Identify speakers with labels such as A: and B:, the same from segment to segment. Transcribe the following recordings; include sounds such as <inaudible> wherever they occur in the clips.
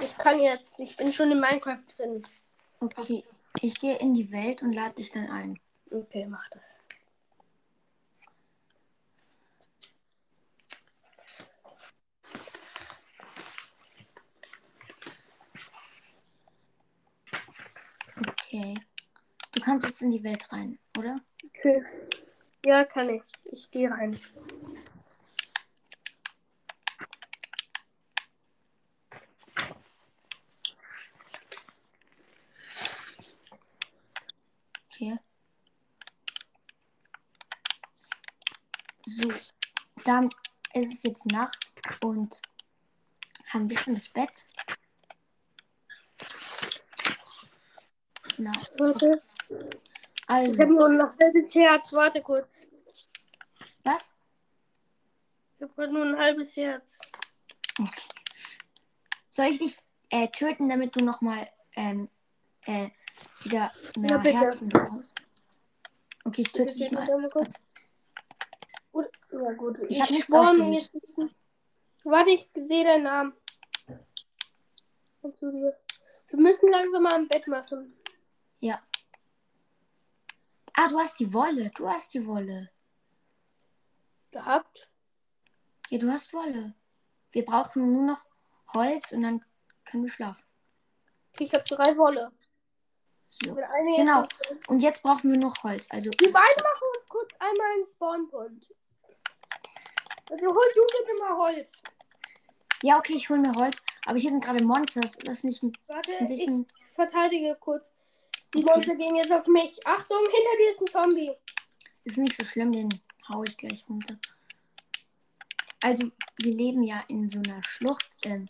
A: Ich kann jetzt. Ich bin schon in Minecraft drin.
B: Okay, ich gehe in die Welt und lade dich dann ein.
A: Okay, mach das.
B: Okay. Du kannst jetzt in die Welt rein, oder?
A: Okay. Ja, kann ich. Ich gehe rein.
B: Okay. So, dann ist es jetzt Nacht und haben wir schon das Bett? Na,
A: Warte. Ich habe
B: also,
A: nur ein halbes Herz. Warte kurz.
B: was?
A: Ich habe gerade nur ein halbes Herz.
B: Okay. Soll ich dich äh, töten, damit du nochmal ähm, äh, wieder mehr
A: Ja, bitte.
B: Herzen bekommst? Okay, ich töte
A: Bitte,
B: dich
A: bitte,
B: mal.
A: warte mal kurz. Gut. Ja, gut.
B: Ich hab nichts
A: schwor mir
B: ausgelöst.
A: jetzt- Warte, ich sehe deinen Namen. Komm zu dir. Wir müssen langsam mal ein Bett machen.
B: Ja. Ah, du hast die Wolle. Du hast die Wolle.
A: Gehabt?
B: Ja, du hast Wolle. Wir brauchen nur noch Holz und dann können wir schlafen.
A: Ich habe drei Wolle.
B: So.
A: Wenn eine jetzt
B: Genau.
A: nicht drin-
B: Und jetzt brauchen wir noch Holz. Also,
A: Die beiden machen uns kurz einmal einen Spawnpunkt. Also hol du bitte mal Holz.
B: ja, okay, ich hole mir Holz. Aber hier sind gerade Monsters. Das ist nicht ein,
A: Warte,
B: das ist ein bisschen.
A: ich verteidige kurz. Die
B: Okay.
A: Monster gehen jetzt auf mich. Achtung, hinter dir ist ein Zombie.
B: Ist nicht so schlimm, den hau ich gleich runter. Also, wir leben ja in so einer Schlucht. Ähm,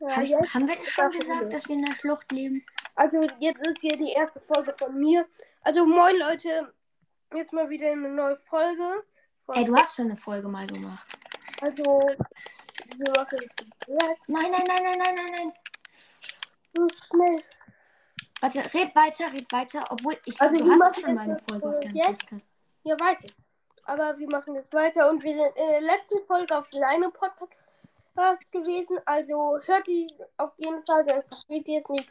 A: Ja,
B: hab ich,
A: jetzt-
B: haben wir das schon
A: darfst du
B: gesagt,
A: wieder.
B: dass wir in der Schlucht leben?
A: Also jetzt ist hier die erste Folge von mir. Also moin Leute, jetzt mal wieder eine neue Folge. Von,
B: Ey, du hast schon eine Folge mal gemacht.
A: also wir machen jetzt
B: Nein, nein, nein, nein, nein, nein, nein.
A: so schnell.
B: Warte, red weiter, red weiter. Obwohl, ich glaube,
A: Also,
B: du
A: wir
B: hast
A: machen
B: auch schon mal eine
A: jetzt
B: Folge
A: das
B: auf
A: Projekt.
B: deinem Podcast.
A: Ja, weiß ich. Aber wir machen jetzt weiter und wir sind in der letzten Folge auf deine Podcast gewesen. Also hört die auf jeden Fall, sonst versteht ihr es nicht.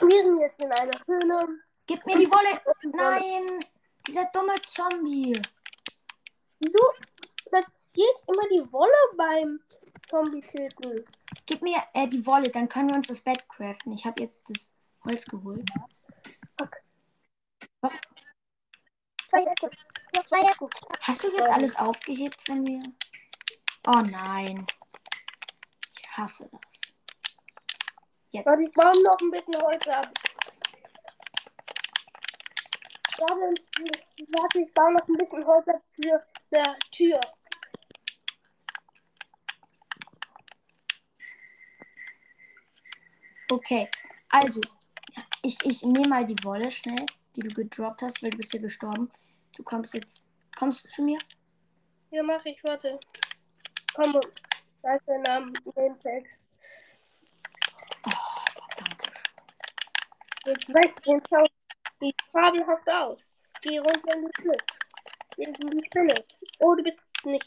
A: Wir sind jetzt in einer Höhle.
B: Gib mir die
A: <laughs>
B: Wolle. Nein, dieser dumme Zombie.
A: Wieso platziere ich immer die Wolle beim Zombie töten?
B: Gib mir äh, die Wolle, dann können wir uns das Bett craften. Ich habe jetzt das Holz geholt.
A: Zwei Äpfel. Zwei Äpfel.
B: Hast du jetzt alles aufgehebt von mir? Oh nein. Ich hasse das.
A: Warte,
B: Jetzt.
A: ich baue noch ein bisschen Holz ab. Warte, warte, ich baue noch ein bisschen Holz ab für eine Tür.
B: Okay. Also, ich, ich nehme mal die Wolle schnell, die du gedroppt hast, weil du bist ja gestorben. Du kommst jetzt. Kommst du zu mir?
A: Ja, mach ich, warte. Komm, da ist dein Name. Name Tag.
B: Verdammt.
A: Jetzt weg, den schaut wie fabelhaft aus. Geh runter in die Tür. Hier sind die Spinne. Oh, du bist nicht.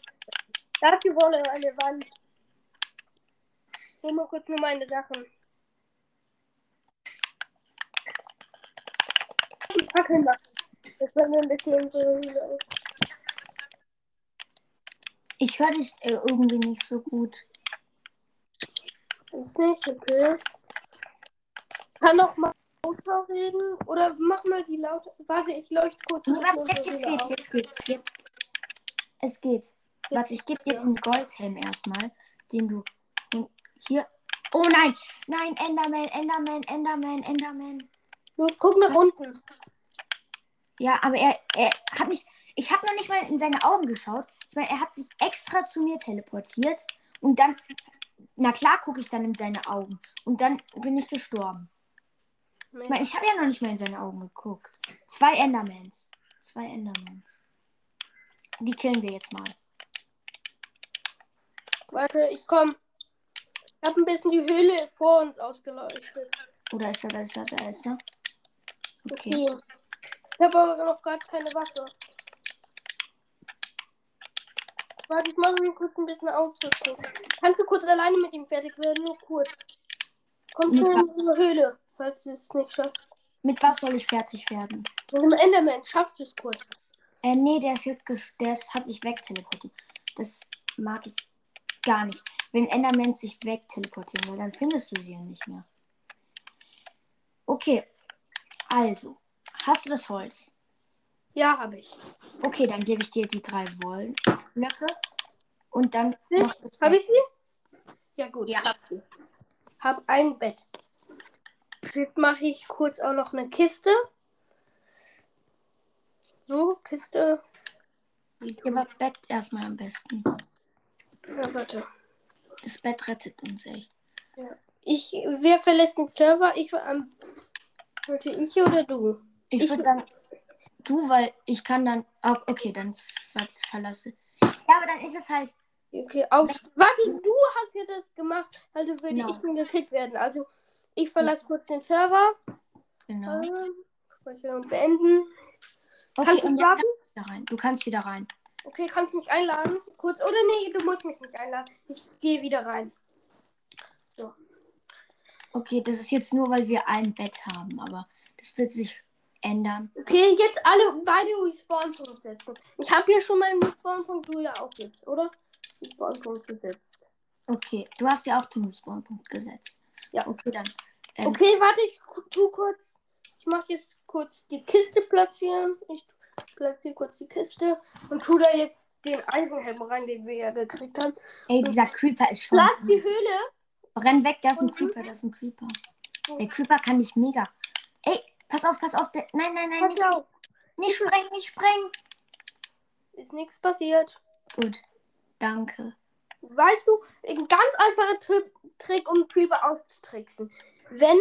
A: Da ist die Wolle an der Wand. Hol mal kurz nur meine Sachen. Die Fackeln machen. Das können wir ein bisschen unsere.
B: Ich höre dich äh, irgendwie nicht so gut.
A: Ist nicht okay. Kann noch mal lauter reden? Oder mach mal die laut. Warte, ich leuchte kurz.
B: Nee,
A: mit
B: warte,
A: unsere
B: jetzt, jetzt
A: Brille
B: geht's,
A: auf.
B: jetzt geht's, jetzt. Es geht. Warte, ich gebe dir
A: Ja.
B: den Goldhelm erstmal, den du und hier. Oh nein, nein, Enderman, Enderman, Enderman, Enderman.
A: Los, guck nach unten.
B: Ja, aber er, er hat mich. Ich habe noch nicht mal in seine Augen geschaut. Ich meine, er hat sich extra zu mir teleportiert und dann. Na klar, gucke ich dann in seine Augen und dann bin ich gestorben. Ich meine, ich habe ja noch nicht mal in seine Augen geguckt. Zwei Endermans. Zwei Endermans. Die killen wir jetzt mal.
A: Warte, ich komm. Ich hab ein bisschen die Höhle vor uns ausgeleuchtet.
B: Oder ist er, Oh, da ist er, da ist er. Okay.
A: Deswegen. Ich habe aber noch gar keine Waffe. Warte, ich mache mir kurz ein bisschen Ausrüstung. Kannst du kurz alleine mit ihm fertig werden? Nur kurz. Komm schon in unsere Höhle, falls du es nicht schaffst.
B: Mit was soll ich fertig werden?
A: Mit dem Enderman schaffst du es kurz.
B: Äh, nee, der ist jetzt gesch- der ist, hat sich wegteleportiert. Das mag ich gar nicht. Wenn Enderman sich wegteleportieren will, dann findest du sie ja nicht mehr. Okay. Also, hast du das Holz?
A: Ja, habe ich.
B: Okay, dann gebe ich dir die drei Wollblöcke. Und dann
A: Hm,
B: mach das
A: Habe
B: Bett.
A: ich sie? Ja, gut.
B: Ja.
A: Hab sie. Hab ein Bett. Jetzt mache ich kurz auch noch eine Kiste. So, Kiste. Wie
B: Ja,
A: du-
B: aber Bett erstmal am besten.
A: Ja, warte.
B: Das Bett rettet uns echt.
A: Ich, wer verlässt den Server? Ich war am. Warte, ich oder du?
B: Ich,
A: Ich-
B: würde dann. Du, weil ich kann dann. ah, okay, dann ver verlasse. Ja, aber dann ist es halt.
A: Okay, auf. Warte, du hast ja das gemacht. Also würde
B: Genau.
A: ich nun gekillt werden. Also, ich verlasse kurz den Server.
B: Genau.
A: Ähm, Speichern und beenden.
B: Okay,
A: Kannst du
B: und jetzt
A: warten?
B: kannst du wieder rein. Du kannst wieder rein.
A: Okay, kannst mich einladen? Kurz, oder nee, du musst mich nicht einladen. Ich gehe wieder rein.
B: Okay, das ist jetzt nur, weil wir ein Bett haben, aber das wird sich ändern.
A: Okay, jetzt alle beide Respawn-Punkt setzen. Ich habe hier schon meinen Respawn-Punkt, du ja auch jetzt, oder? Respawn-Punkt gesetzt.
B: Okay, du hast ja auch den Respawn-Punkt gesetzt.
A: Ja.
B: Okay, dann. Ähm,
A: Okay, warte, ich ku- tu kurz. Ich mache jetzt kurz die Kiste platzieren. Ich platziere kurz die Kiste und tu da jetzt den Eisenhelm rein, den wir ja gekriegt haben.
B: Ey, dieser Creeper ist schon.
A: Lass die Höhle.
B: Renn weg, da ist ein
A: Und-
B: Creeper, da ist ein Creeper. Der Creeper kann nicht mega. Ey, pass auf, pass auf. Der, nein, nein, nein,
A: Pass
B: nicht,
A: auf,
B: nicht sprengen, nicht sprengen.
A: ist nichts passiert.
B: Gut, danke.
A: Weißt du, ein ganz einfacher Tri Trick, um Creeper auszutricksen. Wenn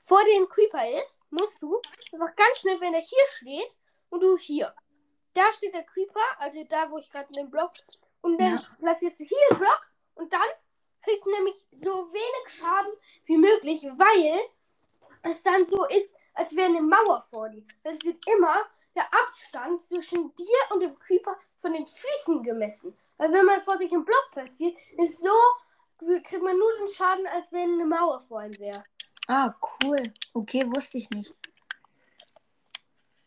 A: vor dir ein Creeper ist, musst du einfach ganz schnell, wenn er hier steht und du hier. Da steht der Creeper, also da, wo ich gerade den Block. Und dann
B: Ja.
A: platzierst du hier den Block und dann kriegst du nämlich so wenig Schaden wie möglich, weil es dann so ist, als wäre eine Mauer vor dir. Das wird immer der Abstand zwischen dir und dem Creeper von den Füßen gemessen. Weil wenn man vor sich einen Block platziert, ist so, kriegt man nur den Schaden, als wenn eine Mauer vor einem wäre.
B: Ah, cool. Okay, wusste ich nicht.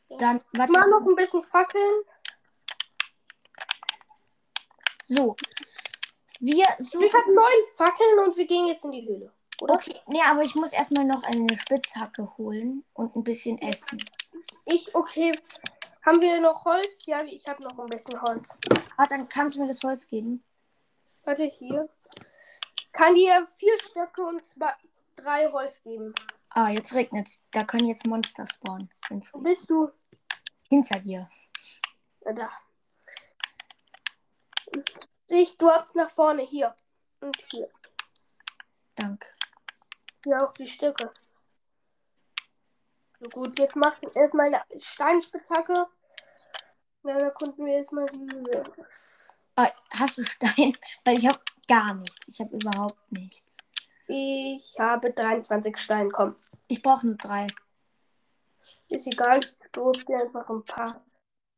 A: Ja.
B: Dann, warte.
A: Mal noch ein bisschen fackeln.
B: So. Wir
A: Ich
B: suchen.
A: habe neun Fackeln und wir gehen jetzt in die Höhle. Oder?
B: Okay, nee, aber ich muss erstmal noch eine Spitzhacke holen und ein bisschen essen.
A: Ich, okay. Haben wir noch Holz? Ja, ich habe noch ein bisschen Holz.
B: Ah, dann kannst du mir das Holz geben.
A: Warte, hier. Kann dir vier Stöcke und zwei, drei Holz geben.
B: Ah, jetzt regnet's. Da können jetzt Monster spawnen. Wenn's
A: Wo
B: regnet.
A: bist du?
B: Hinter dir.
A: Na da. Ich, du hab's nach vorne. Hier. Und hier.
B: Danke.
A: Ja, auch die Stücke. So gut, jetzt machen wir erstmal eine Steinspitzhacke. Ja, dann konnten wir erstmal die Höhle.
B: Ah, hast du Stein? <laughs> Weil ich habe gar nichts. Ich habe überhaupt nichts.
A: Ich habe 23 Steine, komm.
B: Ich brauche nur drei.
A: Ist egal, ich druck dir einfach ein paar.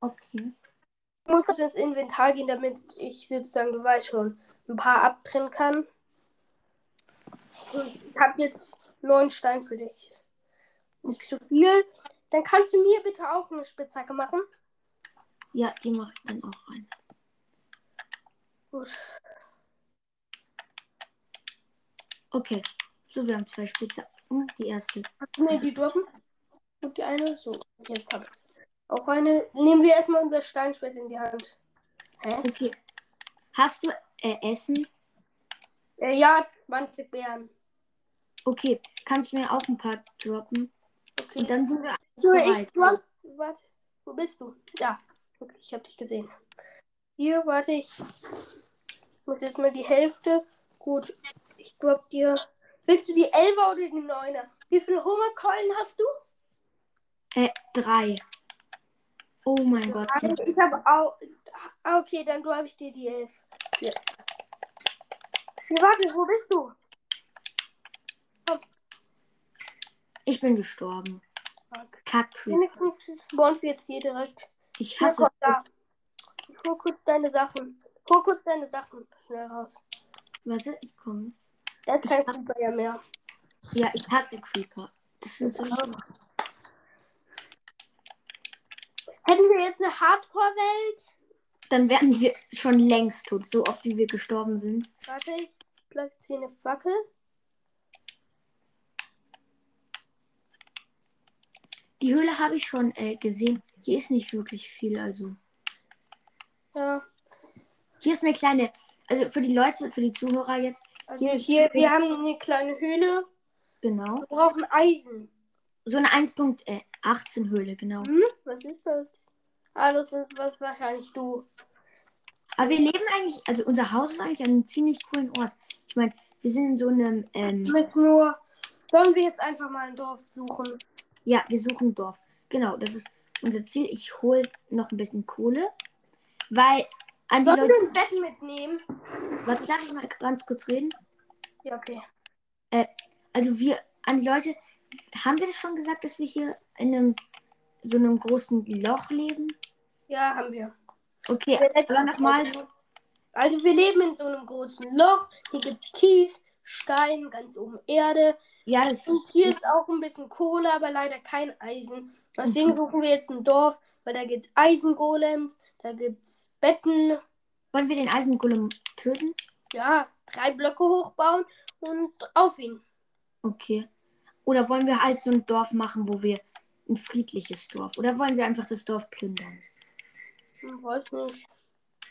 B: Okay.
A: Ich muss kurz ins Inventar gehen, damit ich sozusagen, du weißt schon, ein paar abtrennen kann. Und ich habe jetzt neun Stein für dich. Nicht zu viel. Dann kannst du mir bitte auch eine Spitzhacke machen.
B: Ja, die mache ich dann auch rein.
A: Gut.
B: Okay. So, wir haben zwei Spitzhacken. Die erste.
A: Ne, die droppen. Und die eine. So, jetzt hab ich auch eine. Nehmen wir erstmal unser Steinschwert in die Hand. Hä?
B: Okay. Hast du äh, Essen?
A: Äh, ja, 20 Bären.
B: Okay. Kannst du mir auch ein paar droppen?
A: Okay.
B: Und dann sind wir
A: so, ich
B: bereit.
A: drops. Warte, wo bist du? Ja. Okay, ich hab dich gesehen. Hier, warte, ich muss jetzt mal die Hälfte. Gut, ich drop dir. Willst du die 11er oder die 9er? Wie viele Hungerkeulen hast du?
B: Äh, drei. Oh mein Gott.
A: Ich habe auch. Ah, Okay, dann du habe ich dir die 11. Ja. Nee, warte, wo bist du?
B: Ich bin gestorben.
A: Fuck.
B: Kackcreep.
A: Wenigstens spawnst du jetzt hier direkt.
B: Ich
A: Na,
B: hasse.
A: komm, da. Ich hol kurz deine Sachen. Hol kurz deine Sachen schnell raus.
B: Warte, ich komme.
A: Da ist
B: Ich
A: kein
B: hasse-
A: Creeper ja mehr.
B: Ja, ich hasse Creeper. Das sind so
A: Hätten wir jetzt eine Hardcore-Welt?
B: Dann wären wir schon längst tot, so oft wie wir gestorben sind.
A: Warte, ich platziere eine Fackel.
B: Die Höhle habe ich schon äh, gesehen. Hier ist nicht wirklich viel, also.
A: Ja.
B: Hier ist eine kleine, also für die Leute, für die Zuhörer jetzt,
A: Also
B: Hier
A: hier,
B: ist-
A: wir haben eine kleine Höhle.
B: genau.
A: Wir brauchen Eisen.
B: So eine 1.18 Höhle, genau.
A: Hm? Was ist das? Ah, das was, was wahrscheinlich du.
B: Aber wir leben eigentlich, also unser Haus ist eigentlich an einem ziemlich coolen Ort. Ich meine, wir sind in so einem, ähm,
A: Mit nur. Sollen wir jetzt einfach mal ein Dorf suchen?
B: ja, wir suchen ein Dorf. Genau, das ist unser Ziel. Ich hole noch ein bisschen Kohle, weil an die
A: Sollen wir
B: Leute.
A: ein Bett mitnehmen?
B: Warte, darf ich mal ganz kurz reden?
A: Ja, okay.
B: Also wir, an die Leute, haben wir das schon gesagt, dass wir hier in einem so einem großen Loch leben?
A: Ja, haben wir.
B: Okay,
A: Der letzte
B: aber nochmal
A: Teil. Also wir leben in so einem großen Loch. Hier gibt's Kies, Stein, ganz oben Erde.
B: Ja, das
A: Und hier ist auch ein bisschen Kohle, aber leider kein Eisen. Deswegen suchen wir jetzt ein Dorf, weil da gibt's Eisengolems, da gibt's Betten.
B: wollen wir den Eisengolem töten?
A: Ja, drei Blöcke hochbauen und auf ihn.
B: Okay. Oder wollen wir halt so ein Dorf machen, wo wir ein friedliches Dorf oder wollen wir einfach das Dorf plündern?
A: Ich weiß nicht.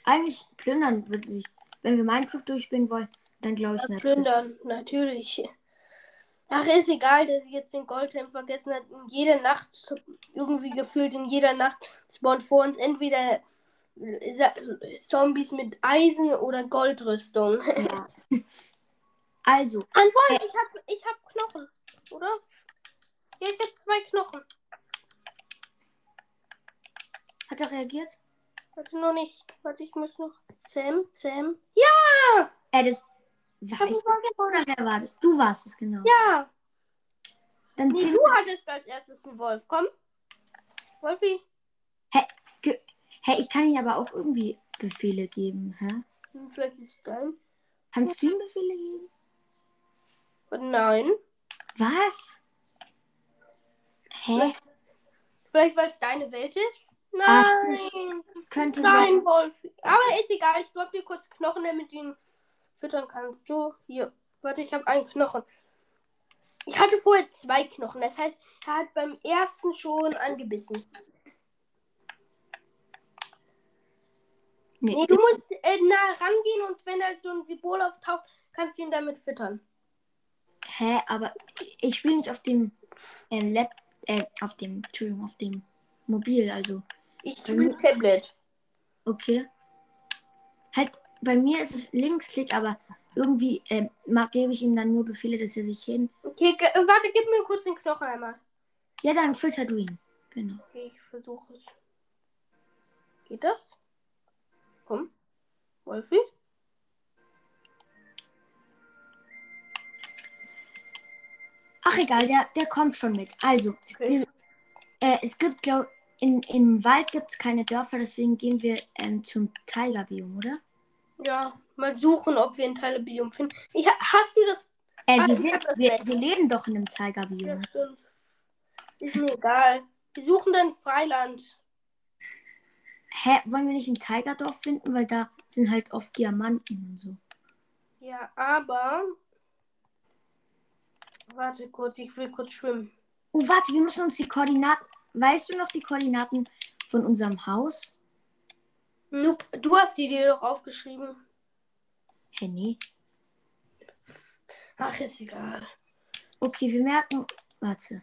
B: Eigentlich plündern würde sich, wenn wir Minecraft durchspielen wollen, dann glaube ich nicht.
A: Plündern, natürlich. Ach, ist egal, dass ich jetzt den Goldhelm vergessen habe. In jeder Nacht, irgendwie gefühlt in jeder Nacht, spawnt vor uns entweder äh, Sa- Zombies mit Eisen oder Goldrüstung.
B: <laughs> Ja. Also,
A: Anwohl, ich hab, ich hab Knochen, oder? Ja, ich hab zwei Knochen.
B: hat er reagiert?
A: Warte, noch nicht. Warte, ich muss noch. Sam, Sam.
B: Äh, das war
A: Hab
B: ich.
A: ich mal gewonnen.
B: Oder wer war das? Du warst es, genau.
A: Ja.
B: Dann
A: Nee,
B: zähl
A: du hattest als erstes einen Wolf. Komm. Wolfi.
B: Hey, ich kann ihnen aber auch irgendwie Befehle geben, hä?
A: Hm, Vielleicht ist es dein.
B: Kannst du ihm Befehle geben?
A: Nein.
B: Was? Hä?
A: Vielleicht weil es deine Welt ist? Nein.
B: Ach, Könnte sein.
A: Nein, Wolfi. Aber ist egal. Ich drop dir kurz Knochen, damit du ihn füttern kannst. So, hier. Warte, ich habe einen Knochen. Ich hatte vorher zwei Knochen. Das heißt, er hat beim ersten schon angebissen.
B: Nee,
A: Nee, du musst äh, nah rangehen und wenn da so ein Symbol auftaucht, kannst du ihn damit füttern.
B: hä, aber ich spiele nicht auf dem ähm, Lab, äh, auf dem, Entschuldigung, auf dem Mobil, also,
A: Ich spiele Tablet.
B: okay. Halt, bei mir ist es Linksklick, aber irgendwie ähm, mag- gebe ich ihm dann nur Befehle, dass er sich hin.
A: Okay, ge- äh, warte, gib mir kurz den Knochen einmal.
B: Ja, dann filter du ihn. Genau.
A: Okay, ich versuche es. Geht das? Komm. Wolfi?
B: Ach egal, der, der kommt schon mit. Also,
A: Okay.
B: äh, es gibt, glaube in, im Wald gibt es keine Dörfer, deswegen gehen wir ähm, zum Tigerbiom, oder?
A: Ja, mal suchen, ob wir ein Teilebiom finden. Ich, ha- hast du das?
B: Äh,
A: Ah,
B: wir,
A: ich
B: sind,
A: hab das
B: wir,
A: Bett.
B: wir leben doch in einem
A: Ja,
B: Tigerbiom.
A: stimmt. Ist mir egal. Wir suchen dann Freiland.
B: Hä, wollen wir nicht ein Tigerdorf finden, weil da sind halt oft Diamanten und so.
A: Ja, aber. Warte kurz, ich will kurz schwimmen.
B: Oh, warte, wir müssen uns die Koordinaten. Weißt du noch die Koordinaten von unserem Haus?
A: Nope, du hast die dir doch aufgeschrieben.
B: Hä, nee.
A: Ach, ist egal.
B: Okay, wir merken. Warte.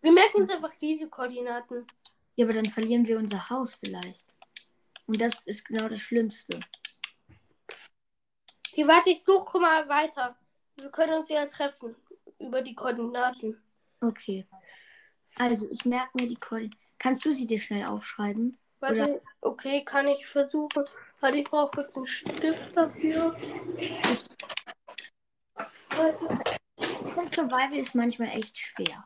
A: Wir merken uns einfach diese Koordinaten.
B: Ja, aber dann verlieren wir unser Haus vielleicht. Und das ist genau das Schlimmste.
A: Okay, warte, ich suche mal weiter. Wir können uns ja treffen. Über die Koordinaten.
B: Okay. Also, ich merke mir die Koordinaten. Kannst du sie dir schnell aufschreiben?
A: Warte, okay, kann ich versuchen. Warte, ich brauche kurz einen Stift dafür. Warte.
B: Und Survival ist manchmal echt schwer.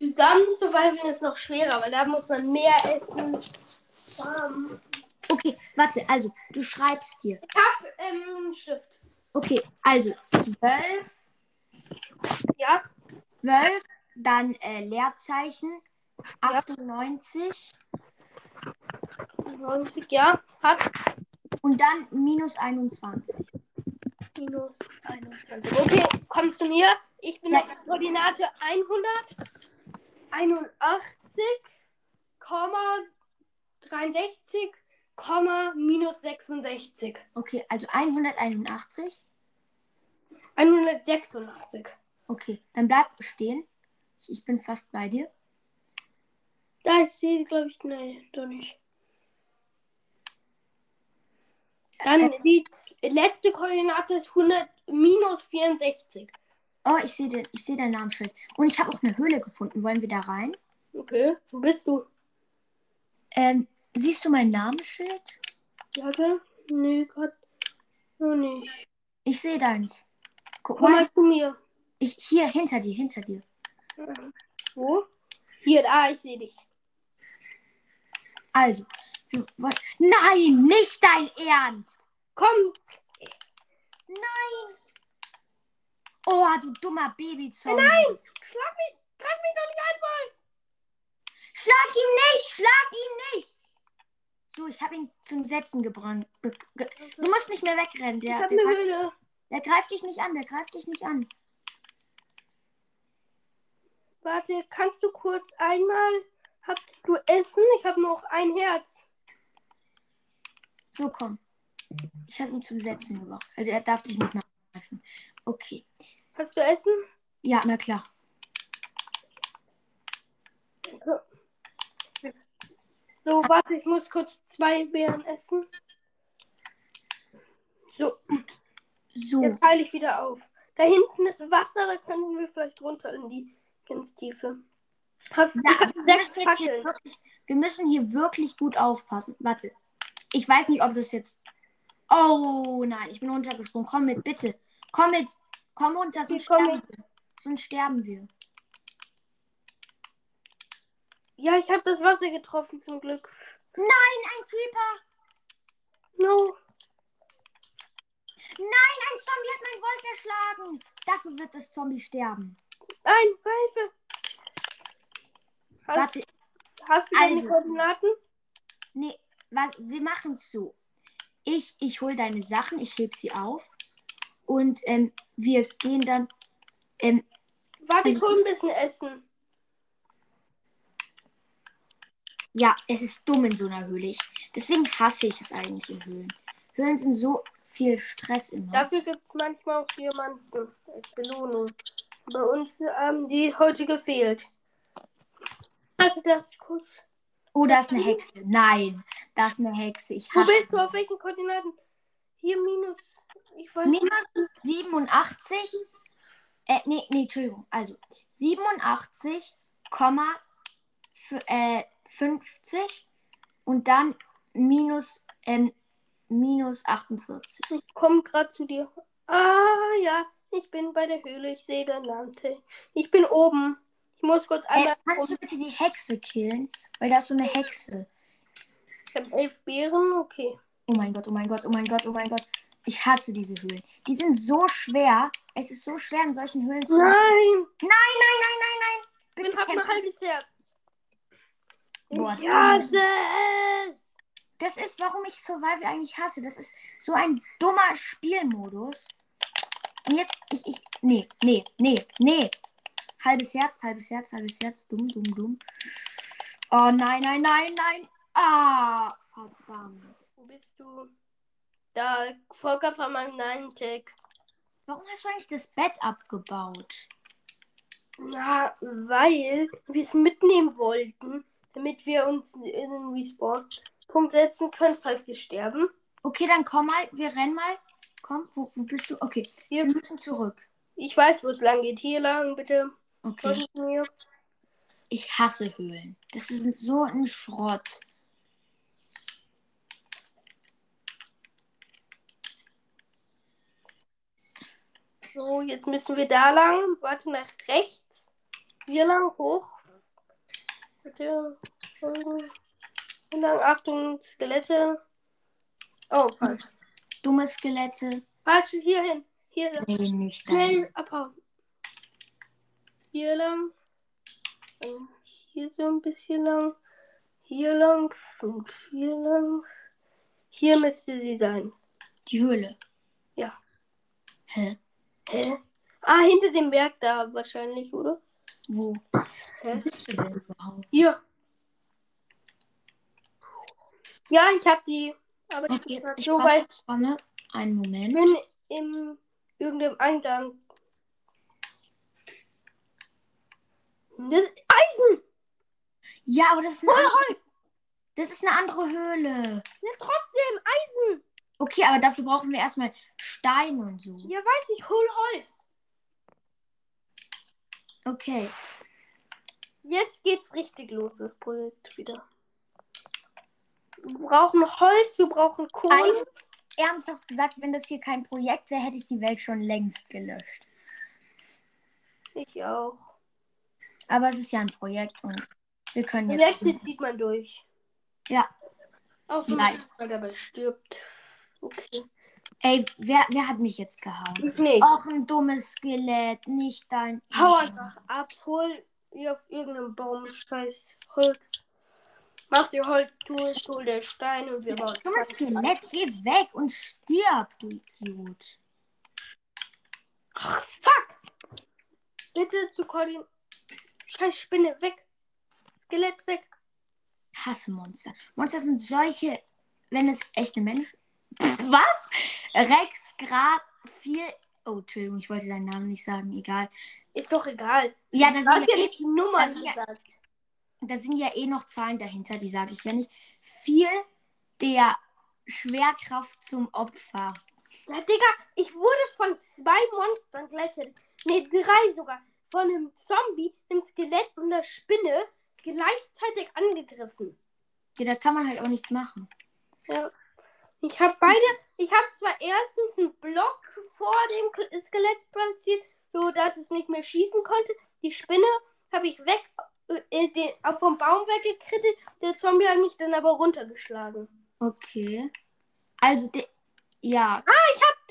A: Zusammen zu weiben ist noch schwerer, weil da muss man mehr essen. Bam.
B: Okay, warte, also, du schreibst dir.
A: Ich habe ähm, einen Stift.
B: Okay, also 12,
A: Ja,
B: 12, dann äh, Leerzeichen, 98
A: 90, ja. Hat
B: und dann minus 21.
A: minus 21. Okay, komm zu mir. Ich bin
B: Ja.
A: auf Koordinate 100, 81, 63, minus 66.
B: Okay, also 181.
A: 186.
B: Okay, dann bleib stehen. Ich bin fast bei dir.
A: Da ist sie, glaube ich, nein, doch nicht. Dann die letzte Koordinate ist 100 minus 64.
B: Oh, ich sehe den, ich sehe dein Namensschild. Und ich habe auch eine Höhle gefunden. Wollen wir da rein?
A: Okay, wo bist du?
B: Ähm, siehst du mein Namensschild?
A: Warte. Nee, Gott. Noch nicht.
B: Ich sehe deins. Guck
A: Komm
B: mal,
A: mal zu mir.
B: ich, hier, hinter dir, hinter dir.
A: Wo? Hier, da, ich sehe dich.
B: Also, wir wollen. Nein, nicht dein Ernst!
A: Komm,
B: Oh, du dummer Babyzombie. Nein!
A: schlag mich, greif mich doch nicht an.
B: Schlag ihn nicht! Schlag ihn nicht! So, ich habe ihn zum Setzen gebrannt. Be ge du musst nicht mehr wegrennen.
A: Ich
B: Der,
A: hab
B: der,
A: eine
B: greift,
A: Höhle.
B: der greift dich nicht an, der greift dich nicht an.
A: Warte, kannst du kurz einmal. Habt du Essen? Ich habe noch ein Herz.
B: So, komm. Ich habe ihn zum Setzen gebracht. Also, er darf dich nicht mehr angreifen. Okay.
A: Hast du Essen?
B: Ja, na klar.
A: So, warte, ich muss kurz zwei Beeren essen. So,
B: So,
A: jetzt teile ich wieder auf. Da hinten ist Wasser, da könnten wir vielleicht runter in die ganz Tiefe. Hast du
B: Ja,
A: ich hab
B: wir
A: sechs
B: müssen, jetzt hier
A: Fackeln?
B: wirklich, wir müssen hier wirklich gut aufpassen. Warte. Ich weiß nicht, ob das jetzt. Oh nein, ich bin runtergesprungen. Komm mit, bitte. Komm mit. Komm runter, sonst
A: Ich komm
B: sterben wir. Sonst sterben wir.
A: Ja, ich habe das Wasser getroffen zum Glück.
B: Ein Creeper,
A: No.
B: ein Zombie hat meinen Wolf erschlagen. Dafür wird das Zombie sterben.
A: Nein, Pfeife. Hast,
B: Warte,
A: hast du deine
B: also.
A: Koordinaten?
B: nee, wa- wir machen es so. Ich, ich hole deine Sachen, ich heb sie auf. Und ähm, wir gehen dann. Ähm,
A: Warte, ich
B: Also-
A: hol ein bisschen Essen.
B: Ja, es ist dumm in so einer Höhle. Ich, deswegen hasse ich es eigentlich in Höhlen. Höhlen sind so viel Stress immer.
A: Dafür gibt es manchmal auch jemanden als Belohnung. Bei uns haben die heute gefehlt. Warte, das ist kurz.
B: oh, da ist eine Hexe. Nein, da ist eine Hexe. Ich
A: Wo
B: hasse
A: bist du? Auf welchen Koordinaten? Hier minus. Ich weiß nicht.
B: Minus 87. Äh, nee, nee, Entschuldigung. Also 87, äh, 50 und dann minus, ähm, minus Äh, 48.
A: Ich komme gerade zu dir. Ah, ja. Ich bin bei der Höhle. Ich sehe dein Land. Ich bin oben. Ich muss kurz
B: Äh,
A: einmal. um
B: kannst du bitte die Hexe killen? Weil da ist so eine Hexe.
A: Ich habe elf Beeren. Okay.
B: Oh mein Gott, oh mein Gott, oh mein Gott, oh mein Gott. Ich hasse diese Höhlen. Die sind so schwer. Es ist so schwer, in solchen Höhlen zu. Nein,
A: Nein.
B: nein, nein, nein, nein.
A: Ich
B: Bitte
A: bin hab ein
B: kämpfen.
A: halbes Herz.
B: Boah,
A: Ich hasse es.
B: Das ist, warum ich Survival eigentlich hasse. Das ist so ein dummer Spielmodus. Und jetzt, ich, ich, nee, nee, nee, nee. Halbes Herz, halbes Herz, halbes Herz. Dumm, dumm, dumm. Oh nein, nein, nein, nein. Ah, verdammt.
A: Wo bist du? Da, Volker von meinem Nein-Tag.
B: Warum hast du eigentlich das Bett abgebaut?
A: Na, weil wir es mitnehmen wollten, damit wir uns in den Respawn-Punkt setzen können, falls wir sterben.
B: Okay, dann komm mal, wir rennen mal. Komm, wo, wo bist du? Okay, wir
A: Hier,
B: müssen zurück.
A: ich weiß, wo es lang geht. Hier lang, bitte.
B: Okay.
A: folgt Mir.
B: Ich hasse Höhlen. Das ist so ein Schrott.
A: So, jetzt müssen wir da lang. Warte, nach rechts. Hier lang, hoch. Bitte. folgen. Hier lang, Achtung, Skelette. Oh, falsch.
B: Dumme Skelette.
A: Falsch, hier hin. Hier lang.
B: Nee, nicht da.
A: Schnell abhauen. Hier lang. Und hier so ein bisschen lang. Hier lang. Und hier lang. Hier müsste sie sein.
B: Die Höhle.
A: Ja.
B: Hä?
A: Hä? Ah, hinter dem Berg da wahrscheinlich, oder?
B: Wo?
A: Hä?
B: Wo bist du denn überhaupt?
A: Hier. Ja, ich hab die. Aber ich
B: Okay,
A: bin grad
B: ich
A: so
B: brauch-
A: weit.
B: Warte, einen
A: Ich
B: Moment.
A: bin in irgendeinem Eingang. Das Eisen!
B: Ja, aber das ist eine andere, das ist eine andere Höhle.
A: Das ist trotzdem Eisen!
B: Okay, aber dafür brauchen wir erstmal Stein und so.
A: Ja, weiß ich, hol Holz.
B: Okay.
A: Jetzt geht's richtig los, das Projekt wieder. Wir brauchen Holz, wir brauchen Kohle.
B: Eisen. Ernsthaft gesagt, wenn das hier kein Projekt wäre, hätte ich die Welt schon längst gelöscht.
A: Ich auch.
B: Aber es ist ja ein Projekt und wir können jetzt.
A: Projekte zieht man durch.
B: Ja.
A: Auch wenn
B: Nein.
A: man dabei stirbt. Okay.
B: Ey, wer, wer hat mich jetzt gehauen?
A: Ich nicht.
B: Auch ein dummes Skelett, nicht dein.
A: Hau einfach ab, hol ihr auf irgendeinem Baum scheiß Holz. Mach dir Holz durch, hol dir Stein und wir bauen.
B: Dummes Skelett, geh weg und stirb, du Idiot.
A: Ach, fuck! Bitte zu Colin. Scheiß Spinne, weg! Skelett weg!
B: Ich Hasse Monster. Monster sind solche, wenn es echte Menschen. Pff, Was? Rex Grad 4. Oh, Entschuldigung, ich wollte deinen Namen nicht sagen, egal.
A: Ist doch egal.
B: Ja, da
A: Ich
B: sind
A: hab
B: ja,
A: ja
B: eh,
A: nicht die Nummer
B: das ist ja-
A: gesagt.
B: da sind ja eh noch Zahlen dahinter, die sage ich ja nicht. Viel der Schwerkraft zum Opfer.
A: Na, Digga, ich wurde von zwei Monstern gleichzeitig. Ne, drei sogar. Von einem Zombie, einem Skelett und einer Spinne gleichzeitig angegriffen.
B: Ja, da kann man halt auch nichts machen.
A: Ja. Ich habe beide, ich habe zwar erstens einen Block vor dem K- Skelett platziert, so dass es nicht mehr schießen konnte. Die Spinne habe ich weg äh, den, äh, vom Baum weggekrittet. Der Zombie hat mich dann aber runtergeschlagen.
B: Okay. Also, de- ja. Ah, ich hab.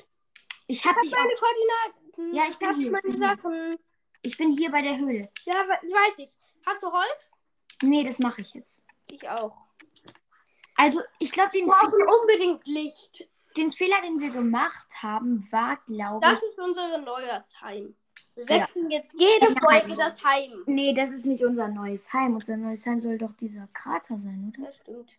B: Ich hab
A: Ich
B: dich
A: habe
B: auch.
A: meine Koordinaten.
B: Ja, ich bin
A: hab
B: hier, ich
A: meine
B: bin hier.
A: Sachen.
B: Ich bin hier bei der Höhle.
A: Ja, we- weiß ich. Hast du Holz?
B: Nee, das mache ich jetzt.
A: Ich auch.
B: Also, ich glaube, den,
A: Wir
B: Fe
A: brauchen unbedingt Licht.
B: den Fehler, den wir gemacht haben, war, glaube ich.
A: Das ist unser Neujahrsheim. Wir wechseln jetzt jede
B: Ja,
A: Folge
B: das-
A: das Heim.
B: Nee, das ist nicht unser neues Heim. Unser neues Heim soll doch dieser Krater sein, oder?
A: Das stimmt.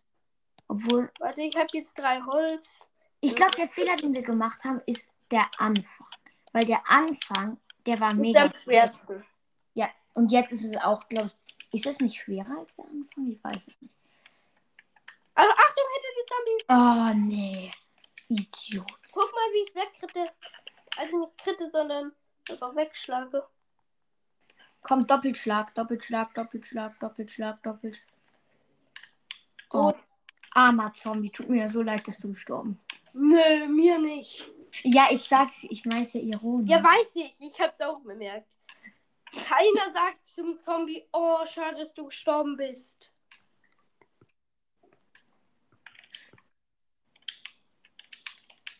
B: Obwohl,
A: Warte, ich habe jetzt drei Holz.
B: ich glaube, der Fehler, den wir gemacht haben, ist der Anfang. Weil der Anfang, der war
A: Ist
B: mega.
A: am schwersten.
B: Ja, und jetzt ist es auch, glaube ich. Ist das nicht schwerer als der Anfang? Ich weiß es nicht.
A: Also Achtung, hinter die Zombie.
B: Oh, nee. Idiot.
A: Guck mal, wie ich wegkritte. Also nicht kritte, sondern einfach wegschlage.
B: Komm, Doppelschlag, Doppelschlag, Doppelschlag, Doppelschlag, Doppelschlag. Oh,
A: Tot.
B: armer Zombie, tut mir ja so leid, dass du gestorben bist.
A: Nö, mir nicht.
B: Ja, ich sag's, ich mein's ja ironisch.
A: Ja, weiß ich. Ich hab's auch bemerkt. Keiner sagt zum Zombie, oh, schade, dass du gestorben bist.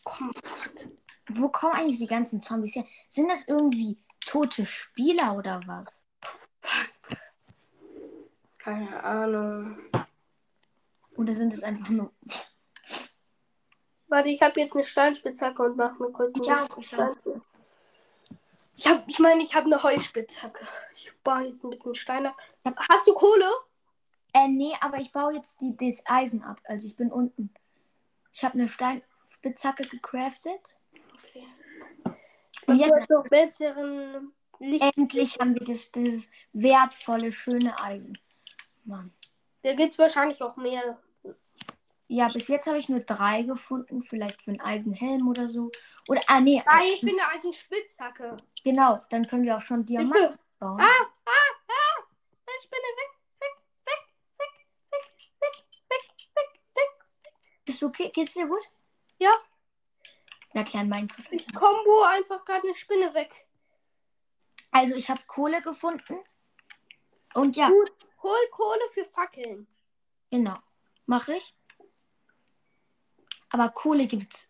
A: Komm, fuck.
B: Wo kommen eigentlich die ganzen Zombies her? Sind das irgendwie tote Spieler oder was?
A: Keine Ahnung.
B: Oder sind das einfach nur.
A: Warte, ich habe jetzt eine Steinspitzhacke und mach mir kurz einen-
B: ich
A: Danke. Ich hab, ich meine, ich habe eine Heuspitzhacke. Ich baue jetzt ein bisschen Stein ab. Hast du Kohle?
B: Äh, nee, aber ich baue jetzt die, das Eisen ab. Also ich bin unten. Ich habe eine Steinspitzhacke gecraftet.
A: Okay.
B: Und jetzt-
A: du hast noch besseren Licht.
B: Endlich haben wir das, dieses wertvolle, schöne Eisen. Mann.
A: Da gibt's wahrscheinlich auch mehr.
B: Ja, bis jetzt habe ich nur drei gefunden. Vielleicht für einen Eisenhelm oder so. Oder, ah, nee.
A: Ah, ich finde eine Spitzhacke.
B: Genau, dann können wir auch schon Diamanten bauen.
A: Ah, ah, ah! Eine Spinne weg, weg, weg, weg, weg, weg, weg, weg, weg.
B: Bist du okay? Geht's dir gut?
A: Ja.
B: Na, klein Minecraft.
A: Ich kombo einfach gerade eine Spinne weg.
B: Also ich habe Kohle gefunden. Und ja,
A: Gut. Hol Kohle für Fackeln.
B: genau. Mache ich. Aber Kohle gibt's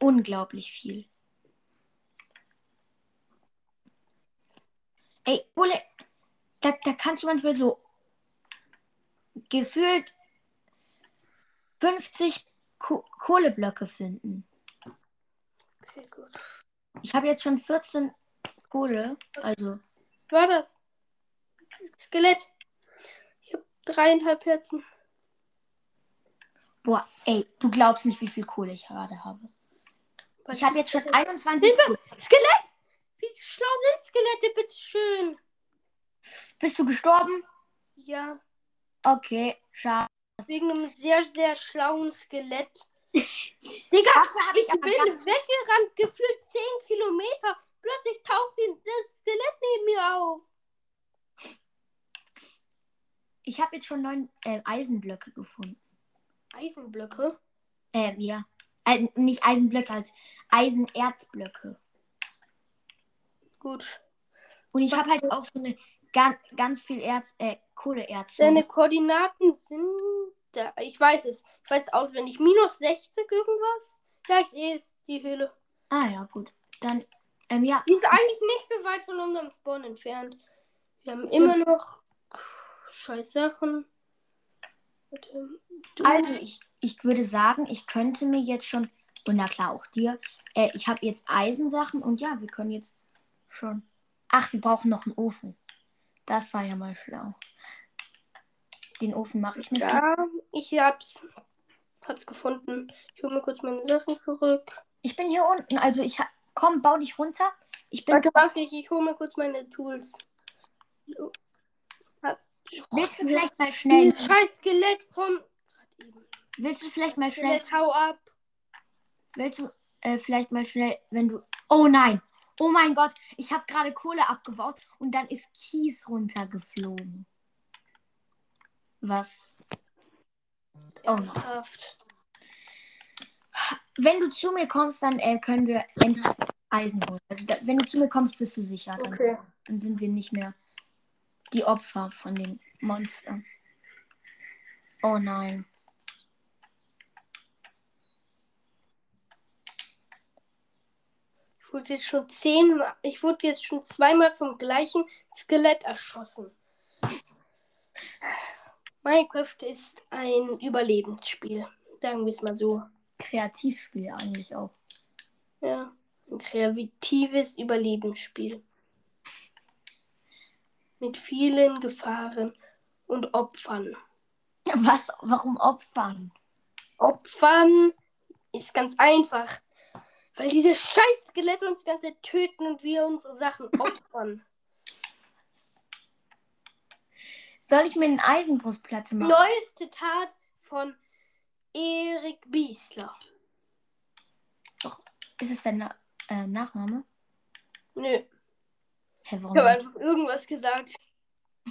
B: unglaublich viel. Ey, Kohle, da, da kannst du manchmal so gefühlt 50 Ko Kohleblöcke finden.
A: Okay, gut.
B: Ich habe jetzt schon 14 Kohle, also
A: Was war das? Das ist ein Skelett. Ich habe dreieinhalb Herzen.
B: boah, ey, du glaubst nicht, wie viel Kohle ich gerade habe. Ich habe jetzt schon 21
A: Sind wir-
B: Kohle.
A: Skelett! Wie schlau sind Skelette, bitteschön?
B: Bist du gestorben?
A: Ja,
B: Okay, schade.
A: wegen einem sehr, sehr schlauen Skelett. Digga,
B: Dafür habe
A: ich
B: ich aber
A: bin
B: ganz
A: weggerannt, gefühlt 10 Kilometer. Plötzlich taucht die- das Skelett neben mir auf.
B: Ich habe jetzt schon neun äh, Eisenblöcke gefunden.
A: Eisenblöcke?
B: Ähm, ja. Äh, nicht Eisenblöcke, als Eisenerzblöcke.
A: Gut.
B: Und ich habe halt auch so eine ganz, ganz viel Erz, äh, Kohleerz.
A: Deine Koordinaten sind. Da. Ich weiß es. Ich weiß es auswendig. Minus 60 irgendwas? Ja, ich sehe es, die Höhle.
B: Ah ja, gut. Dann, ähm, ja.
A: Die ist eigentlich nicht so weit von unserem Spawn entfernt. Wir haben
B: Hm.
A: immer noch scheiß Sachen. Warte, du-
B: Also ich, ich würde sagen, ich könnte mir jetzt schon, und na klar auch dir, äh, ich habe jetzt Eisensachen und ja, wir können jetzt schon. Ach, wir brauchen noch einen Ofen. Das war ja mal schlau. Den Ofen mache ich mir schon.
A: Ja, ich hab's. Hab's gefunden. Ich hole mir kurz meine Sachen zurück.
B: Ich bin hier unten, also ich ha- komm, bau dich runter. Ich bin.
A: Warte, warte, ich, ich hole mir kurz meine Tools. So. Hab-
B: Willst du
A: Oh,
B: vielleicht mal schnell,
A: Dieses scheiß Skelett vom. Grad eben.
B: willst du vielleicht mal schnell,
A: Skelett, hau ab.
B: willst du äh, vielleicht mal schnell, wenn du. Oh nein! Oh mein Gott, ich habe gerade Kohle abgebaut und dann ist Kies runtergeflogen. Was? Oh nein.
A: Ernsthaft.
B: Wenn du zu mir kommst, dann äh, können wir endlich Eisen holen. Also da, wenn du zu mir kommst, bist du sicher. Dann,
A: Okay.
B: dann sind wir nicht mehr die Opfer von den Monstern. Oh nein.
A: Ich wurde jetzt schon zehnmal. Ich wurde jetzt schon zweimal vom gleichen Skelett erschossen. Minecraft ist ein Überlebensspiel. Sagen wir es mal so.
B: Kreativspiel eigentlich auch.
A: Ja. Ein kreatives Überlebensspiel. Mit vielen Gefahren und Opfern.
B: Was? Warum opfern?
A: Opfern ist ganz einfach. Weil diese scheiß Skelette uns die ganze Zeit töten und wir unsere Sachen opfern.
B: Soll ich mir einen Eisenbrustplatte machen?
A: Neues Zitat von Erik Biesler.
B: Ist es dein Na äh, Nachname?
A: Nö,
B: Hä, warum?
A: ich habe einfach irgendwas gesagt.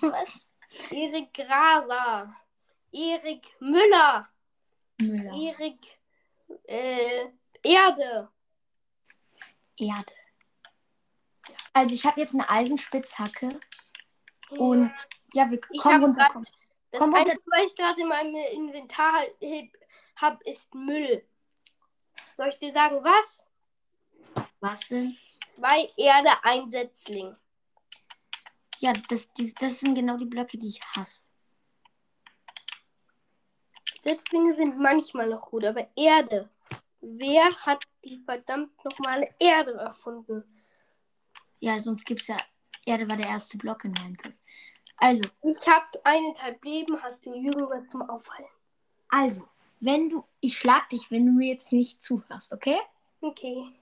B: Was?
A: Erik Graser. Erik Müller.
B: Müller.
A: Erik äh, Erde.
B: Erde. Also ich habe jetzt eine Eisenspitzhacke und ja, wir
A: Ich
B: kommen
A: hab
B: runter.
A: grad-
B: Komm.
A: das
B: komm runter.
A: Einzige, was ich gerade in meinem Inventar habe, ist Müll. Soll ich dir sagen, was?
B: Was denn?
A: Zwei Erde, ein Setzling.
B: Ja, das, die, das sind genau die Blöcke, die ich hasse.
A: Setzlinge sind manchmal noch gut, aber Erde. Wer hat die verdammt nochmal Erde erfunden?
B: Ja, sonst gibt's ja. Erde war der erste Block in Minecraft. Also,
A: Ich hab eineinhalb Leben. Hast du irgendwas zum Auffallen?
B: also, wenn du. Ich schlag dich, wenn du mir jetzt nicht zuhörst, okay?
A: Okay.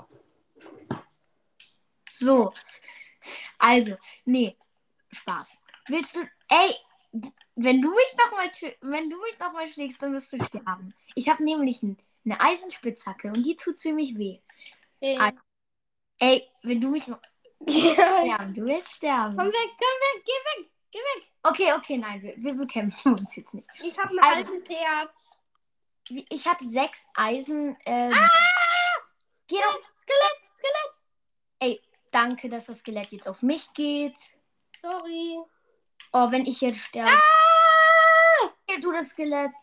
B: So. Also, nee, Spaß. Willst du. Ey, wenn du mich nochmal wenn du mich noch mal schlägst, dann wirst du sterben. Ich habe nämlich n- eine Eisenspitzhacke und die tut ziemlich weh.
A: Äh,
B: Ah. Ey, wenn du mich noch
A: ja. <laughs>
B: sterben, du willst
A: Komm
B: sterben.
A: weg, komm weg, geh weg, geh weg.
B: Okay, okay, nein, wir, wir bekämpfen uns jetzt nicht.
A: Ich hab ein
B: Also.
A: halbes Herz.
B: Wie- Ich habe sechs Eisen. Ähm, Geh doch.
A: Ah! Skelett, Skelett.
B: Danke, dass das Skelett jetzt auf mich geht.
A: Sorry.
B: Oh, wenn ich jetzt sterbe. Ah! Du das Skelett.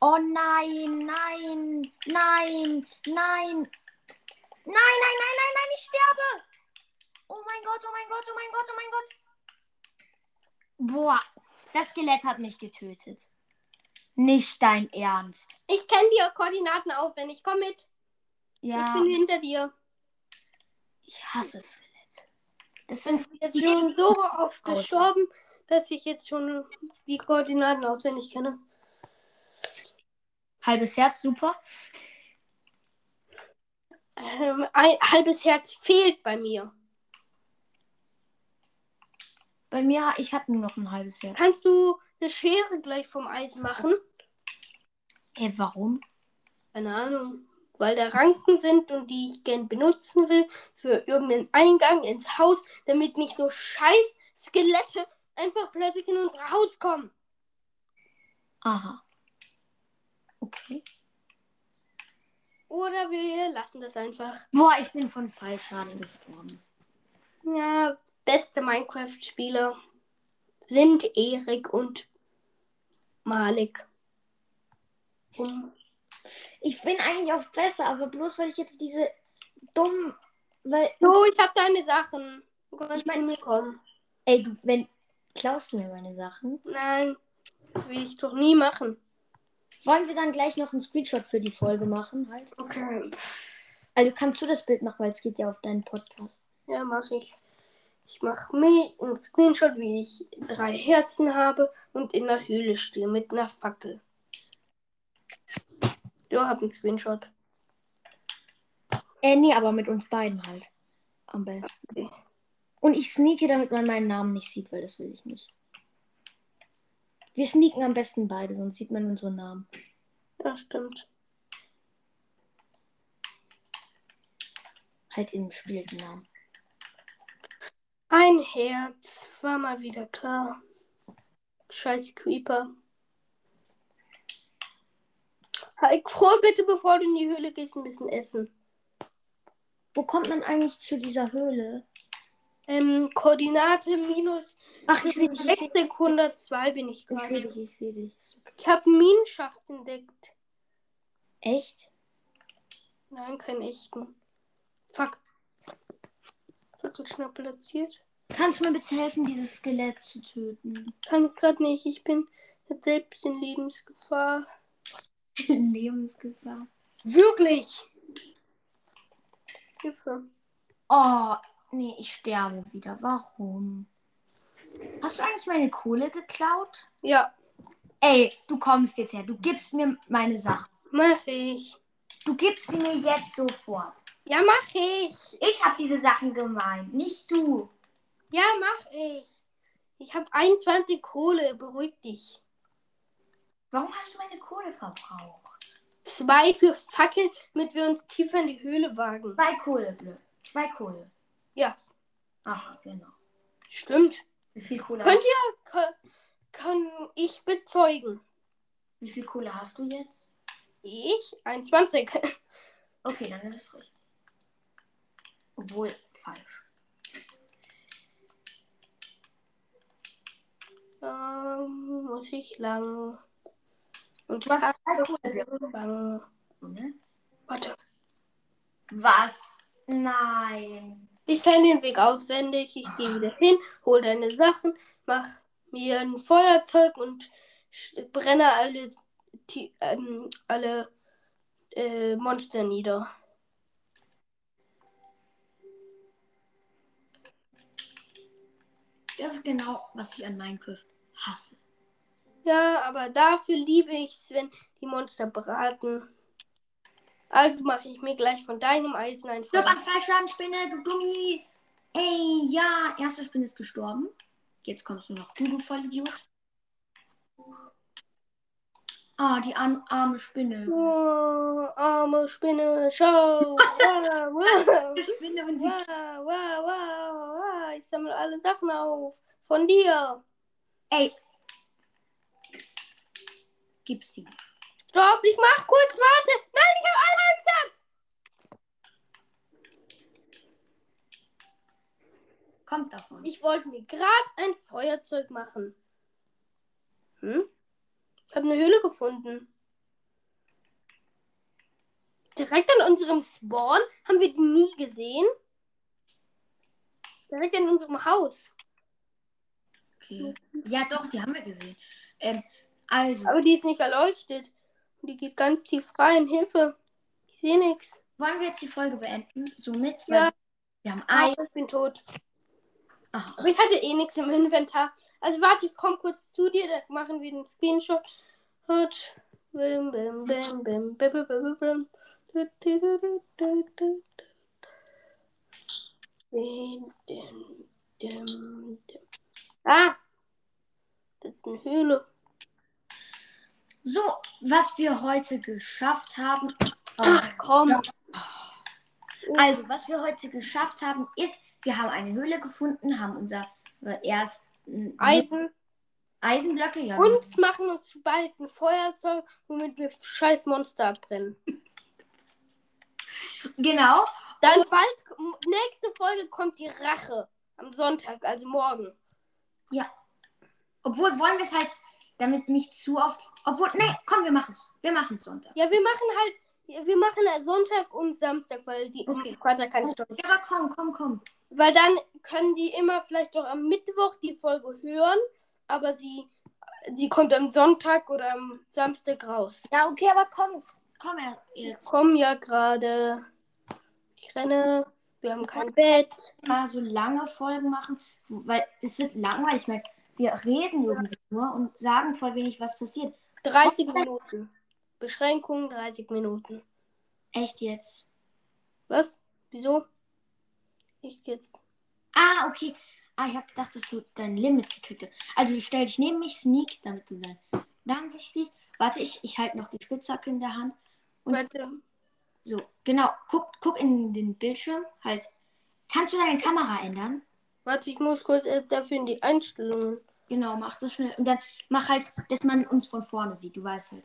B: Oh nein, nein, nein, nein. Nein, nein, nein, nein, nein, ich sterbe. Oh mein Gott, oh mein Gott, oh mein Gott, oh mein Gott. Boah, das Skelett hat mich getötet. Nicht dein Ernst.
A: Ich kenne die Koordinaten auswendig. Komm mit. Ich
B: Ja,
A: bin hinter dir.
B: ich hasse Skelett. Das sind
A: Ich bin
B: Die
A: jetzt schon
B: sehen
A: so oft
B: aus.
A: gestorben, dass ich jetzt schon die Koordinaten auswendig kenne.
B: halbes Herz, super.
A: Ähm, ein halbes Herz fehlt bei mir.
B: Bei mir, ich habe nur noch ein halbes Herz.
A: Kannst du eine Schere gleich vom Eis machen?
B: Ey, warum?
A: Keine Ahnung. Weil da Ranken sind und die ich gern benutzen will für irgendeinen Eingang ins Haus, damit nicht so scheiß Skelette einfach plötzlich in unser Haus kommen.
B: Aha. Okay.
A: Oder wir lassen das einfach.
B: Boah, ich bin von Fallschaden gestorben.
A: Ja, beste Minecraft-Spieler sind Erik und Malik. Und
B: Ich bin eigentlich auch besser, aber bloß weil ich jetzt diese dummen. Weil.
A: so, ich habe deine Sachen. Du kannst
B: Ich mein-
A: zu mir kommen.
B: Ey, du, wenn. Klaust du mir meine Sachen?
A: Nein, will ich doch nie machen.
B: Wollen wir dann gleich noch einen Screenshot für die Folge machen? Halt.
A: Okay.
B: Also kannst du das Bild machen, weil es geht ja auf deinen Podcast.
A: Ja, mache ich. Ich mache mir einen Screenshot, wie ich drei Herzen habe und in der Höhle stehe mit einer Fackel. Du hab einen Screenshot.
B: Äh, nee, aber mit uns beiden halt. Am besten.
A: Okay.
B: Und ich sneake, damit man meinen Namen nicht sieht, weil das will ich nicht. Wir sneaken am besten beide, sonst sieht man unseren Namen.
A: Ja, stimmt.
B: Halt im Spiel den Namen.
A: Ein Herz war mal wieder klar. Scheiß Creeper. Halt, fror bitte, bevor du in die Höhle gehst, ein bisschen essen.
B: Wo kommt man eigentlich zu dieser Höhle?
A: Ähm, Koordinate minus
B: Ach, ich sehe dich, ich sehe
A: 602 bin ich
B: ich seh
A: gerade.
B: dich, ich sehe dich. Ist okay.
A: Ich habe einen Minenschacht entdeckt.
B: Echt?
A: Nein, keinen echten. Fuck. Viertel schnell platziert.
B: Kannst du mir bitte helfen, dieses Skelett zu töten?
A: Kann ich gerade nicht. Ich bin jetzt selbst in Lebensgefahr.
B: <laughs> Lebensgefahr.
A: Wirklich! Hilfe.
B: Oh, nee, ich sterbe wieder. Warum? Hast du eigentlich meine Kohle geklaut?
A: Ja,
B: Ey, du kommst jetzt her. Du gibst mir meine Sachen.
A: mach ich.
B: Du gibst sie mir jetzt sofort.
A: Ja, mach ich.
B: Ich habe diese Sachen gemeint, nicht du.
A: Ja, mach ich. Ich habe 21 Kohle. Beruhig dich.
B: Warum hast du meine Kohle verbraucht?
A: Zwei für Fackeln, damit wir uns tiefer in die Höhle wagen.
B: Zwei Kohleblöcke. Zwei Kohle.
A: Ja.
B: Aha, genau.
A: Stimmt.
B: Wie viel Kohle,
A: Könnt ihr, kann, kann ich bezeugen.
B: wie viel Kohle hast du jetzt?
A: Ich? 21.
B: Okay, dann ist es richtig. Obwohl, falsch.
A: Ähm, muss ich lang. Und
B: Du hast
A: ich
B: zwei
A: hab
B: Kohleblöcke,
A: lang.
B: ne?
A: Warte.
B: Was? Nein.
A: Ich kenne den Weg auswendig. Ich gehe wieder hin, hol deine Sachen, mach mir ein Feuerzeug und sch- brenne alle, Ti- ähm, alle äh, Monster nieder.
B: Das ist genau, was ich an Minecraft hasse.
A: Ja, aber dafür liebe ich es, wenn die Monster braten. Also mache ich mir gleich von deinem Eisen ein
B: Stirb
A: Feuer.
B: an Fallschadenspinne, du Dummi! Ey, ja, erste Spinne ist gestorben. Jetzt kommst du noch du, du Vollidiot. Ah, die an arme Spinne.
A: Oh, arme Spinne, schau.
B: Die Spinne, wenn sie.
A: Wow, wow, wow, wow. Ich sammle alle Sachen auf. Von dir.
B: Ey! Gib sie. mir.
A: Stopp, ich mach kurz, warte. Nein, ich habe einen halben Satz.
B: Kommt davon.
A: Ich wollte mir gerade ein Feuerzeug machen. Hm? Ich habe eine Höhle ne gefunden. direkt an unserem Spawn haben wir die nie gesehen. Direkt in unserem Haus.
B: Okay. Ja, doch, die haben wir gesehen. Ähm, also,
A: Aber die ist nicht erleuchtet. Die geht ganz tief rein. Hilfe. Ich sehe nichts.
B: wollen wir jetzt die Folge beenden? Somit,
A: Ja.
B: weil wir haben
A: Ah,
B: ein.
A: ich bin tot.
B: Aha.
A: Aber ich hatte eh nichts im Inventar. Also warte, ich komm kurz zu dir, dann machen wir einen Screenshot. Hot. Bim, bim, bim, bim, bim, bim, bim, bim. Du, du, du, du, du, du, du. Dim, dim, dim, dim. Ah! Das ist eine Höhle.
B: So, was wir heute geschafft haben. Oh.
A: Ach komm.
B: Also, was wir heute geschafft haben, ist, wir haben eine Höhle gefunden, haben unsere ersten
A: Eisen.
B: Eisenblöcke. Ja,
A: Und machen uns bald ein Feuerzeug, womit wir scheiß Monster abbrennen.
B: genau.
A: Dann bald, m- nächste Folge kommt die Rache. Am Sonntag, also morgen.
B: Obwohl wollen wir es halt damit nicht zu oft. Obwohl, nee, komm, wir machen es. Wir machen es Sonntag.
A: Ja, wir machen halt, ja, wir machen halt Sonntag und Samstag, weil die
B: Okay.
A: Freitag kann ich doch nicht.
B: Ja, aber komm, komm, komm.
A: Weil dann können die immer vielleicht doch am Mittwoch die Folge hören, aber sie, sie kommt am Sonntag oder am Samstag raus.
B: Ja, okay, aber komm, komm er-
A: Ich
B: jetzt
A: komme ja gerade. Ich renne. Wir haben kein Bett.
B: mal so lange Folgen machen, weil es wird langweilig, weil wir reden irgendwie nur und sagen voll wenig, was passiert.
A: 30 Minuten. Beschränkung 30 Minuten.
B: Echt jetzt.
A: Was? Wieso? Ich jetzt.
B: Ah, okay. Ah, ich habe gedacht, dass du dein Limit gekriegt hast. Also stell dich neben mich, sneak, damit du deinen Namen sich siehst. Warte, ich, ich halte noch die Spitzhacke in der Hand. Und-
A: Warte.
B: So, genau. Guck, guck in den Bildschirm. Halt. Kannst du deine Kamera ändern?
A: Warte, ich muss kurz erst dafür in die Einstellungen.
B: Genau, mach das schnell. Und dann mach halt, dass man uns von vorne sieht. Du weißt halt.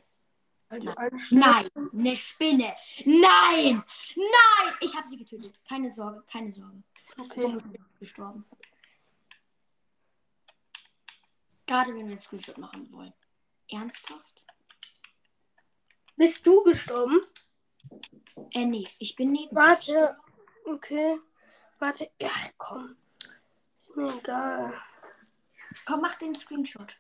A: Also Einstellungen.
B: Nein, eine Spinne. Nein, nein. Ich habe sie getötet. Keine Sorge, keine Sorge.
A: Okay.
B: gestorben. Gerade wenn wir einen Screenshot machen wollen. Ernsthaft?
A: Bist du gestorben?
B: Äh, nee, ich bin neben.
A: Warte. Okay. Warte. Ach komm. Ist mir egal.
B: Komm, mach den Screenshot.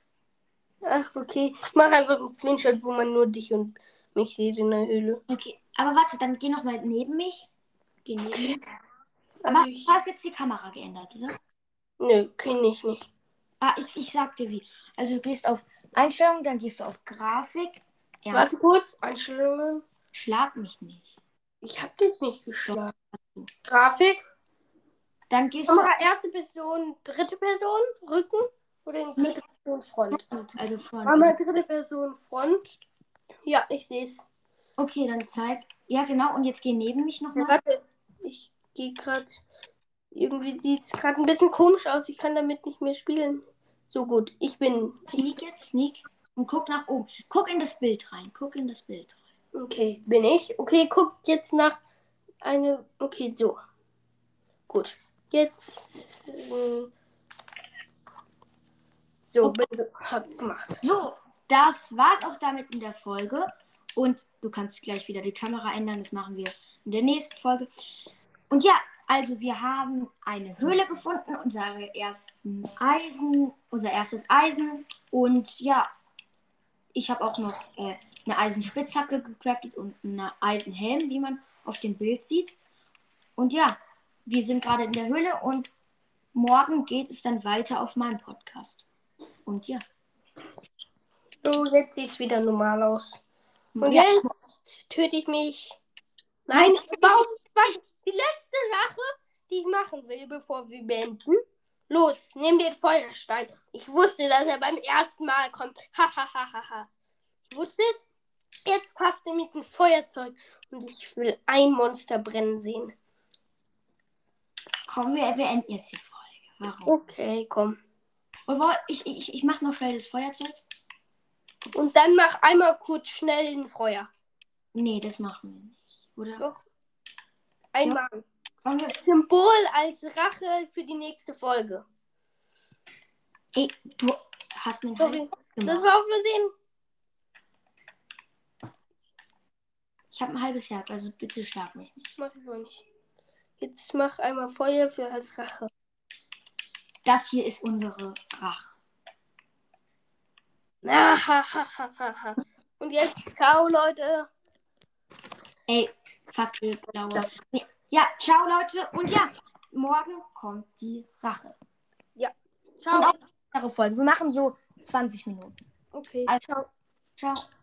A: Ach, okay. Ich mache einfach einen Screenshot, wo man nur dich und mich sieht in der Höhle.
B: Okay, aber warte, dann geh nochmal neben mich. Geh neben mich. Aber
A: Also ich.
B: du hast jetzt die Kamera geändert, oder?
A: Nö, kenne ich nicht.
B: Ah, ich, ich sag dir wie. Also du gehst auf Einstellungen, dann gehst du auf Grafik. Ernst?
A: Warte kurz. Einstellungen.
B: Schlag mich nicht.
A: Ich hab dich nicht geschlagen. Grafik.
B: Dann gehst du
A: Kamera, erste Person, dritte Person, Rücken oder in dritte Person Hm. Front?
B: also vorne.
A: Mama, dritte Person Front. Ja, ich sehe es.
B: Okay, dann zeig. Ja, genau. Und jetzt geh neben mich
A: Ja,
B: nochmal.
A: warte, ich gehe gerade. Irgendwie sieht es gerade ein bisschen komisch aus. Ich kann damit nicht mehr spielen. So gut, ich bin.
B: Sneak jetzt, sneak. Und guck nach oben. Guck in das Bild rein. Guck in das Bild rein.
A: Okay, bin ich. Okay, guck jetzt nach eine. Okay, so. Gut. Jetzt. Äh, so, bin, hab gemacht.
B: So, das war's auch damit in der Folge. Und du kannst gleich wieder die Kamera ändern. Das machen wir in der nächsten Folge. Und ja, also wir haben eine Höhle gefunden, unsere ersten Eisen, unser erstes Eisen. Und ja, ich habe auch noch äh, eine Eisenspitzhacke gecraftet und einen Eisenhelm, wie man auf dem Bild sieht. Und ja, wir sind gerade in der Höhle und morgen geht es dann weiter auf meinem Podcast. Und ja.
A: So, jetzt sieht es wieder normal aus. Und
B: ja.
A: jetzt töte ich mich. Nein, warum? Was? Die letzte Sache, die ich machen will, bevor wir beenden. Los, nimm den Feuerstein. Ich wusste, dass er beim ersten Mal kommt. Hahaha. ich wusste es. Jetzt packt er mit dem Feuerzeug und ich will ein Monster brennen sehen.
B: Komm, wir beenden jetzt die Folge. Warum?
A: Okay, komm.
B: Und wo- ich, ich, ich mache noch schnell das Feuerzeug.
A: Und dann mach einmal kurz schnell ein Feuer.
B: Nee, das machen wir nicht. Oder?
A: Doch. Einmal.
B: Wollen wir,
A: Symbol als Rache für die nächste Folge.
B: ey, du hast mir den Genau.
A: Sorry. Das
B: Hals gemacht.
A: war auf Versehen.
B: Ich habe ein halbes Herz, also bitte schlag mich nicht.
A: Mach ich wohl nicht. Jetzt mach einmal Feuer für als Rache.
B: Das hier ist unsere Rache.
A: Na, ha, ha, ha, ha, ha. Und jetzt, ciao, Leute.
B: Ey, Fackelblauer. Nee, Ja, ciao Leute und ja, morgen kommt die Rache.
A: Ja.
B: Ciao. Und auch eine andere Folge. Wir machen so 20 Minuten.
A: Okay.
B: Also, ciao.